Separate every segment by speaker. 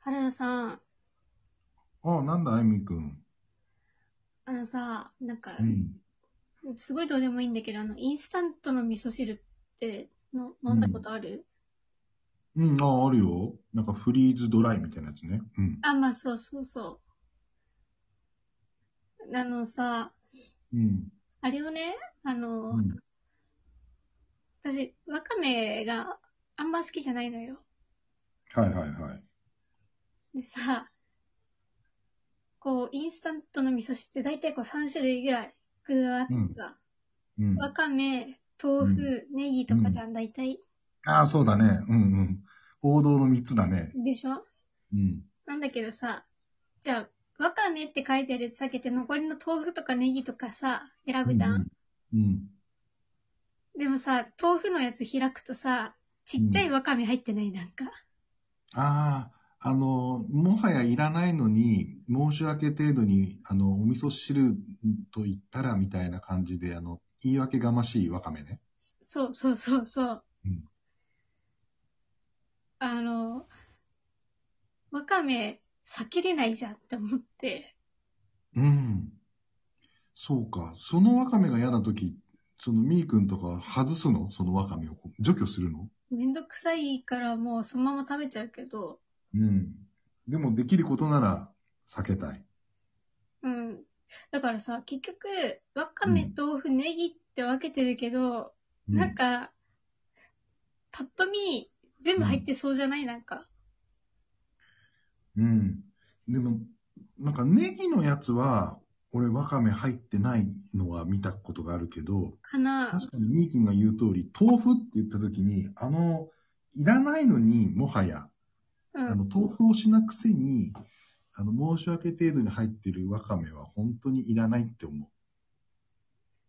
Speaker 1: はるさん、
Speaker 2: あ、なんだ、あゆみくん。
Speaker 1: あのさ、なんか
Speaker 2: う、ん。
Speaker 1: すごいどうでもいいんだけど、あの、インスタントの味噌汁っての飲んだことある、
Speaker 2: うん、あ、あるよ。なんかフリーズドライみたいなやつね。うん。
Speaker 1: あ、まあ、そうそうそう。あのさ、
Speaker 2: うん。
Speaker 1: あれをね、あの、
Speaker 2: うん。
Speaker 1: 私、わかめがあんま好きじゃないのよ。
Speaker 2: はいはいはい。
Speaker 1: でさ、こう、インスタントの味噌汁って大体こう3種類ぐらい具があってさ、
Speaker 2: うん。
Speaker 1: わかめ、豆腐、ネギとかじゃん、大体。
Speaker 2: あ、そうだね。うんうん。王道の3つだね。
Speaker 1: でしょ
Speaker 2: うん。
Speaker 1: なんだけどさ、じゃあ、わかめって書いてあるやつ避けて、残りの豆腐とかネギとかさ、選ぶじゃん、
Speaker 2: うん。
Speaker 1: でもさ、豆腐のやつ開くとさ、ちっちゃいわかめ入ってない、なんか。
Speaker 2: ああ、あの、もはやいらないのに、申し訳程度に、あの、お味噌汁と言ったらみたいな感じで、あの、言い訳がましいわかめね。
Speaker 1: そうそうそうそう。
Speaker 2: うん
Speaker 1: あの、わかめ避けれないじゃんって思って。
Speaker 2: うん。そうか。そのワカメが嫌なとき、そのみーくんとか外すのそのワカメをこう除去するの
Speaker 1: めんどくさいからもうそのまま食べちゃうけど、
Speaker 2: うん。でもできることなら避けたい。
Speaker 1: うん。だからさ、結局、わかめ、豆腐、ネギって分けてるけど、
Speaker 2: うん
Speaker 1: なんか、パッと見、全部入ってそうじゃない、なんか。
Speaker 2: うん。でも、なんかネギのやつは、俺ワカメ入ってないのは見たことがあるけど、
Speaker 1: かな
Speaker 2: 確かにみーくんが言う通り、豆腐って言ったときに、あの、いらないのにもはや、
Speaker 1: う
Speaker 2: あの
Speaker 1: ん。
Speaker 2: 豆腐をしなくせに、あの申し訳程度に入ってるわかめは本当にいらないって思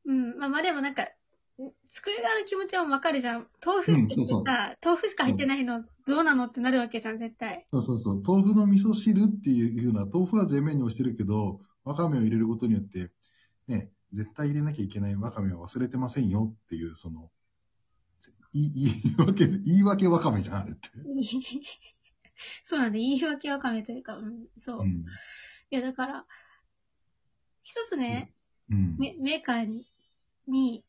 Speaker 2: う。
Speaker 1: うん。まあまあでもなんか、作る側の気持ちもわかるじゃん。豆腐って言ってさ、
Speaker 2: うんそうそう
Speaker 1: 豆腐しか入ってないの、どうなのってなるわけじゃん、絶対。
Speaker 2: そうそうそう。豆腐の味噌汁っていうのは、豆腐は全面に押してるけど、わかめを入れることによって、ね、絶対入れなきゃいけないわかめを忘れてませんよっていう、その、い言い訳、言い訳わかめじゃん、あれって。
Speaker 1: そうなんで、言い訳わかめというか、うん、そう。
Speaker 2: う
Speaker 1: い
Speaker 2: ん。
Speaker 1: や、だから、一つね、
Speaker 2: うん。
Speaker 1: メメーカーに、に、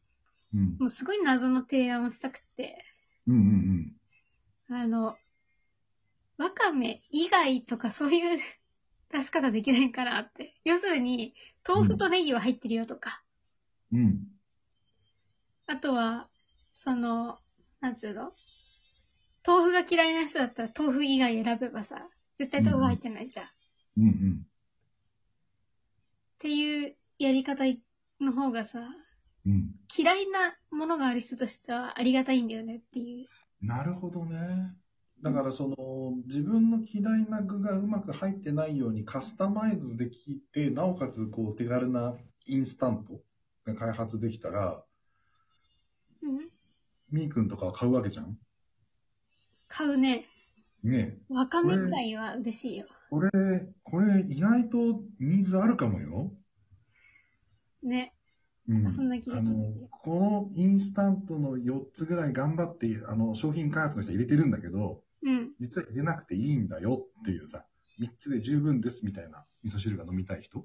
Speaker 2: うん。
Speaker 1: もうすごい謎の提案をしたくって、
Speaker 2: うんうん
Speaker 1: あの、わかめ以外とかそういう 出し方できないからって。要するに、豆腐とネギは入ってるよとか、
Speaker 2: うん。うん。
Speaker 1: あとは、その、なんつうの豆腐が嫌いな人だったら豆腐以外選べばさ、絶対豆腐入ってないじゃん。っ
Speaker 2: うんうん。
Speaker 1: ていうやり方の方がさ、
Speaker 2: うん。
Speaker 1: 嫌いなものがある人としてはありがたいんだよねっていう。
Speaker 2: なるほどね。だからその、自分の嫌いな具がうまく入ってないようにカスタマイズできて、なおかつこう手軽なインスタントが開発できたら、
Speaker 1: うん、
Speaker 2: みーくんとかは買うわけじゃん
Speaker 1: 買うね。
Speaker 2: ねえ。
Speaker 1: わかめ以外は嬉しいよ。
Speaker 2: これ、これ意外とニーズあるかもよ。
Speaker 1: ね。
Speaker 2: うん。
Speaker 1: そんな気が
Speaker 2: あ
Speaker 1: して
Speaker 2: の、このインスタントの4つぐらい頑張って、あの、商品開発の人は入れてるんだけど、
Speaker 1: うん。
Speaker 2: 実は入れなくていいんだよっていうさ、3つで十分ですみたいな味噌汁が飲みたい人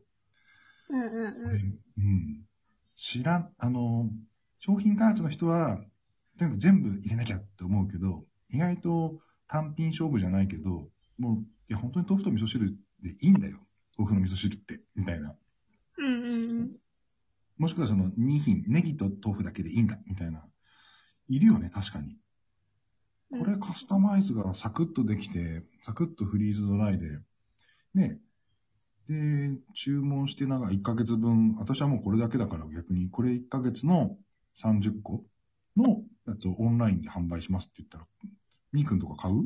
Speaker 1: うんうんうん。
Speaker 2: うん。知らん、あの、商品開発の人は、とにかく全部入れなきゃって思うけど、意外と単品勝負じゃないけど、もう、いや、本当に豆腐と味噌汁でいいんだよ。豆腐の味噌汁って、みたいな。
Speaker 1: うんうんうん。
Speaker 2: もしくはその2品、ネギと豆腐だけでいいんだ、みたいな。いるよね、確かに。これカスタマイズがサクッとできて、サクッとフリーズドライで、ね、で、注文してなんか1ヶ月分、私はもうこれだけだから逆に、これ1ヶ月の30個のやつをオンラインで販売しますって言ったら、みーくんとか買う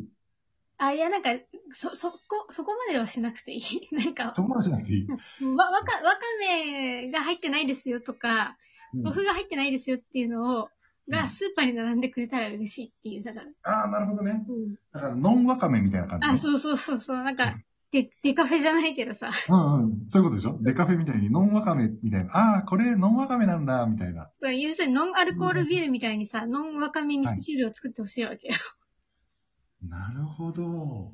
Speaker 1: あ、いや、なんか、そ、そこ、そこまではしなくていい。 なんか、わ、
Speaker 2: そこまでしなくてい い。
Speaker 1: わか、わかめが入ってないですよとか、
Speaker 2: うん
Speaker 1: 豆腐が入ってないですよっていうのを、
Speaker 2: う
Speaker 1: が
Speaker 2: ん
Speaker 1: スーパーに並んでくれたら嬉しいっていう、だから。
Speaker 2: ああ、なるほどね。
Speaker 1: うん、
Speaker 2: だからノンワカメみたいな感じね。
Speaker 1: あ、そうそうそうそう、なんか、で、デカフェじゃないけどさ、
Speaker 2: うんうん。そういうことでしょデカフェみたいにノンワカメみたいな。ああ、これノンワカメなんだ、みたいな。
Speaker 1: そう要するにノンアルコールビールみたいにさ、ノンワカメ味噌汁を作ってほしいわけよ。
Speaker 2: なるほど。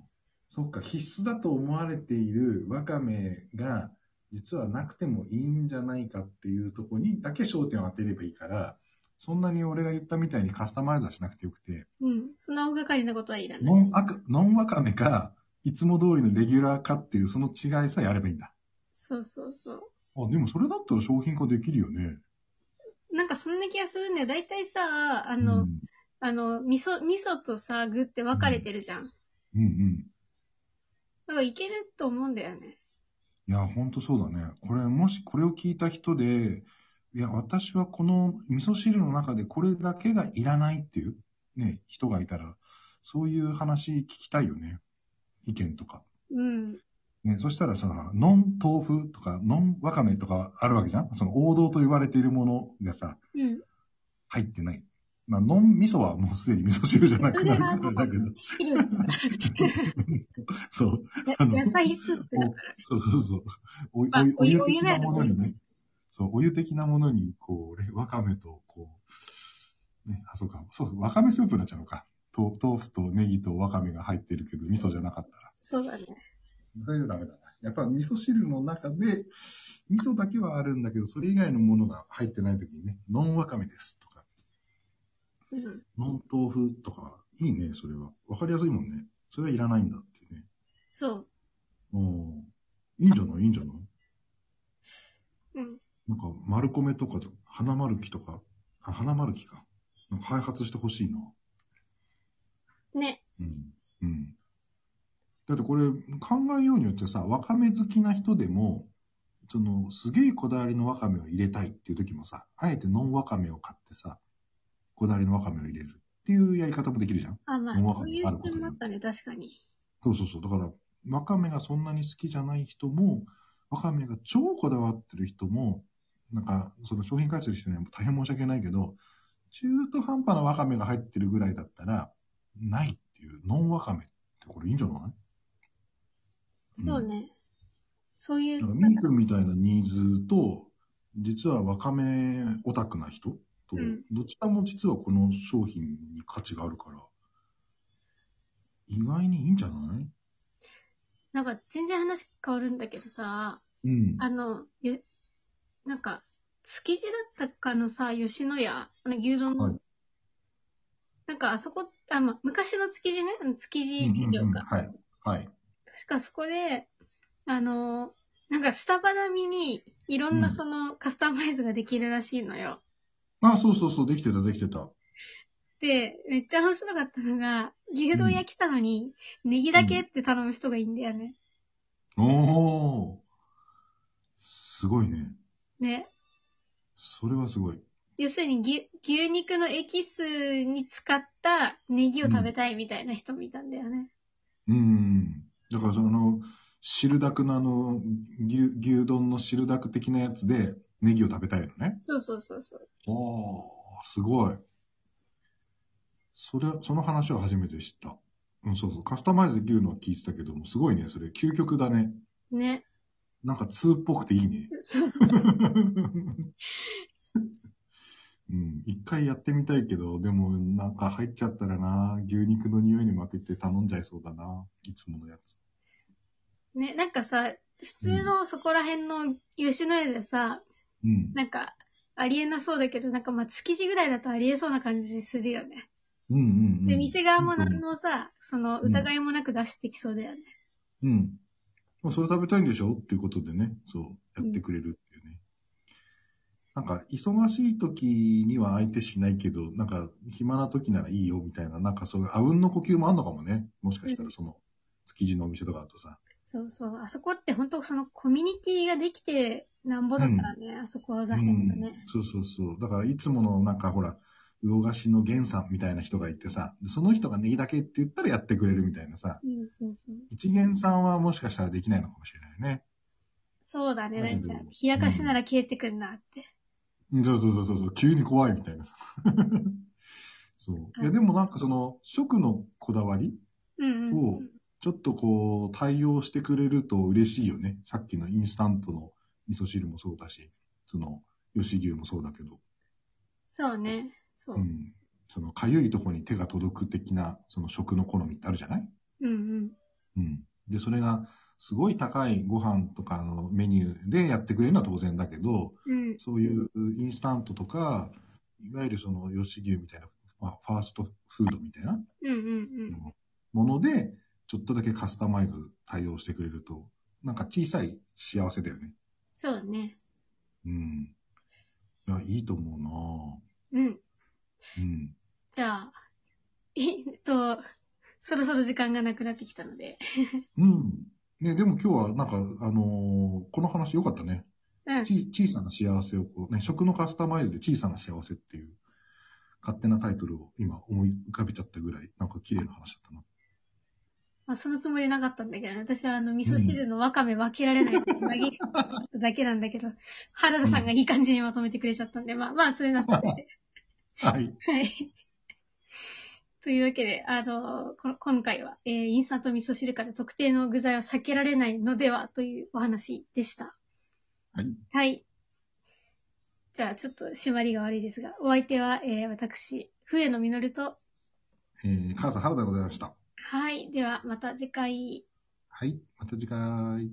Speaker 2: そっか、必須だと思われているワカメが、実はなくてもいいんじゃないかっていうところにだけ焦点を当てればいいから、そんなに俺が言ったみたいにカスタマイズはしなくてよくて、
Speaker 1: うん。その大掛かりなことはいらない。
Speaker 2: ノンアクノンワカメか、いつも通りのレギュラーかっていうその違いさえあればいいんだ。
Speaker 1: そうそうそう。
Speaker 2: あ、でもそれだったら商品化できるよね。
Speaker 1: なんかそんな気がするんだよ。だいたいさ、あ
Speaker 2: あ
Speaker 1: の、
Speaker 2: うん、
Speaker 1: あの、味噌、味噌とさ、具って分かれてるじゃん。
Speaker 2: うんうん。
Speaker 1: だからいけると思うんだよね。
Speaker 2: いや、ほんとそうだね。これ、もしこれを聞いた人で、いや、私はこの味噌汁の中でこれだけがいらないっていう、ね、人がいたら、そういう話聞きたいよね。意見とか。
Speaker 1: うん。
Speaker 2: ね、そしたらさ、ノン豆腐とか、ノンわかめとかあるわけじゃんその王道と言われているものがさ、
Speaker 1: うん。
Speaker 2: 入ってない。まあ、ノン味噌はもうすでに味噌汁じゃな
Speaker 1: そ
Speaker 2: く
Speaker 1: れで
Speaker 2: なる
Speaker 1: は、。
Speaker 2: からだけど
Speaker 1: 汁です。
Speaker 2: そう。あの
Speaker 1: 野菜スープだから。
Speaker 2: そうそうそう。お
Speaker 1: まあ
Speaker 2: おお湯的な
Speaker 1: お湯
Speaker 2: も
Speaker 1: お
Speaker 2: の
Speaker 1: 湯
Speaker 2: にね。そう、お湯的なものに、こう、わかめと、こう、ね、あ、そうか、そう、わかめスープになっちゃうのか。と豆腐とネギとわかめが入ってるけど、味噌じゃなかったら。
Speaker 1: そうだね。
Speaker 2: それじゃダメだな。やっぱ味噌汁の中で、味噌だけはあるんだけど、それ以外のものが入ってないときにね、ノンわかめですとか、
Speaker 1: うん。
Speaker 2: ノン豆腐とか、いいね、それは。わかりやすいもんね。それはいらないんだっていうね。
Speaker 1: そう。
Speaker 2: うん。いいんじゃないいいんじゃない
Speaker 1: うん。
Speaker 2: なんか、丸米とか、花丸木とか、あ、花丸木か。なんか開発してほしいな。
Speaker 1: ね。
Speaker 2: うん。うん。だってこれ、考えようによってさ、わかめ好きな人でも、その、すげえこだわりのわかめを入れたいっていう時もさ、あえてノンわかめを買ってさ、こだわりのわかめを入れるっていうやり方もできるじゃん
Speaker 1: あ、まあ、
Speaker 2: もう
Speaker 1: そういう
Speaker 2: あ
Speaker 1: 視
Speaker 2: ること
Speaker 1: 点
Speaker 2: ね
Speaker 1: もあったね、確かに。
Speaker 2: そうそうそう。だから、わかめがそんなに好きじゃない人も、わかめが超こだわってる人も、なんか、その商品開発する人には大変申し訳ないけど、中途半端なわかめが入ってるぐらいだったら、ないっていう、ノンわかめってこれいいんじゃない
Speaker 1: そう。ね。そうい
Speaker 2: うん
Speaker 1: う
Speaker 2: だから、ミー君みたいなニーズと、実はわかめオタクな人と、
Speaker 1: うん
Speaker 2: どちらも実はこの商品に価値があるから、意外にいいんじゃない
Speaker 1: なんか全然話変わるんだけどさ、
Speaker 2: うん。
Speaker 1: あの、よなんか、築地だったかのさ、吉野家、あの牛丼の、
Speaker 2: はい
Speaker 1: なんかあそこ、あ、まあ、昔の築地ね、あの築地企業
Speaker 2: うんうんうん
Speaker 1: が。
Speaker 2: はい。はい。
Speaker 1: 確かそこで、あの、なんかスタバ並みにいろん
Speaker 2: う
Speaker 1: なんそのカスタマイズができるらしいのよ。
Speaker 2: あ、そうそうそう、できてた、できてた。
Speaker 1: で、めっちゃ面白かったのが、牛丼屋来たのに、ネギだけって頼む人がいいんだよね。
Speaker 2: おー。すごいね。
Speaker 1: ね。
Speaker 2: それはすごい。
Speaker 1: 要するに牛牛肉のエキスに使ったネギを食べたいみたいな人もいたんだよね。
Speaker 2: うん。だから、その、汁だくのあの、牛、牛丼の汁だく的なやつで、ネギを食べたいのね。
Speaker 1: そうそうそうそう。
Speaker 2: おー、すごい。それ、その話を初めて知った。うん、そうそう。カスタマイズできるのは聞いてたけども、すごいね、それ。究極だね。
Speaker 1: ね。
Speaker 2: なんか通っぽくていいね。
Speaker 1: そう。
Speaker 2: うん、一回やってみたいけど、でもなんか入っちゃったらな、牛肉の匂いに負けて頼んじゃいそうだな、いつものやつ。
Speaker 1: ね、なんかさ、普通のそこら辺の吉野家でさ、
Speaker 2: うん。
Speaker 1: なんか、ありえなそうだけど、なんかまあ築地ぐらいだとありえそうな感じするよね。
Speaker 2: うんうんうん。
Speaker 1: で、店側も何
Speaker 2: の。
Speaker 1: のさ、その
Speaker 2: うん
Speaker 1: 疑いもなく出してきそうだよね。
Speaker 2: うん。まあそれ食べたいんでしょっていうことでね、そう、やってくれるっていうね。なんか、忙しい時には相手しないけど、なんか、暇な時ならいいよみたいな、なんかそういう、あうんの呼吸もあんのかもね。もしかしたらその、築地のお店とかだとさ。
Speaker 1: そうそう。あそこって本当そのコミュニティができてなんぼだからね、あそこら辺がね。
Speaker 2: うん。そうそうそう。だからいつものなんかほら、魚菓子の源さんみたいな人がいてさ、でその人がネギだけって言ったらやってくれるみたいなさ、
Speaker 1: うん、そうそう。
Speaker 2: 一元さんはもしかしたらできないのかもしれないね。
Speaker 1: そうだね、
Speaker 2: だ
Speaker 1: な
Speaker 2: け
Speaker 1: ん
Speaker 2: ど
Speaker 1: か、冷やかしなら消えてくんなって。
Speaker 2: うんそうそうそうそうそう、急に怖いみたいなさ。 そう。いやでもなんかその、食のこだわり
Speaker 1: うんうんうん。
Speaker 2: おうちょっとこう、対応してくれると嬉しいよね。さっきのインスタントの味噌汁もそうだし、その、吉牛もそうだけど。
Speaker 1: そうね。そう。
Speaker 2: う
Speaker 1: うん
Speaker 2: ん、そのかゆいところに手が届く的なその食の好みってあるじゃない
Speaker 1: うん。
Speaker 2: うん。で、それが、すごい高いご飯とかのメニューでやってくれるのは当然だけど、
Speaker 1: うん。
Speaker 2: そういうインスタントとか、いわゆるその吉牛みたいな、まあ、ファーストフードみたいな
Speaker 1: うんうん
Speaker 2: もので、ちょっとだけカスタマイズ対応してくれると、なんか小さい幸せだよね。
Speaker 1: そうね。
Speaker 2: うん。いや、いいと思
Speaker 1: うん。
Speaker 2: うなぁうん。
Speaker 1: じゃあ、えっと、そろそろ時間がなくなってきたので。
Speaker 2: うん。ね、でも今日はなんか、あのーこの話良かったね。
Speaker 1: うん。
Speaker 2: ち小さな幸せをこう、ね、食のカスタマイズで小さな幸せっていう勝手なタイトルを今思い浮かべちゃったぐらい、なんか綺麗な話だったな。
Speaker 1: まあ、そのつもりなかったんだけどね。私はあの、味噌汁のわかめ分けられないって嘆いただけなんだけ ど、原田さんがいい感じにまとめてくれちゃったんで、まあ、まあ、それ なさって。
Speaker 2: はい。
Speaker 1: はい。 というわけで、あの、こ今回は、えーインスタント味噌汁から特定の具材は避けられないのではというお話でした。
Speaker 2: はい。
Speaker 1: はい。じゃあ、ちょっと締まりが悪いですが、お相手は、えー私、笛野実と、
Speaker 2: えー、母さん原田でございました。
Speaker 1: はい。では、また次回。
Speaker 2: はい。また次回。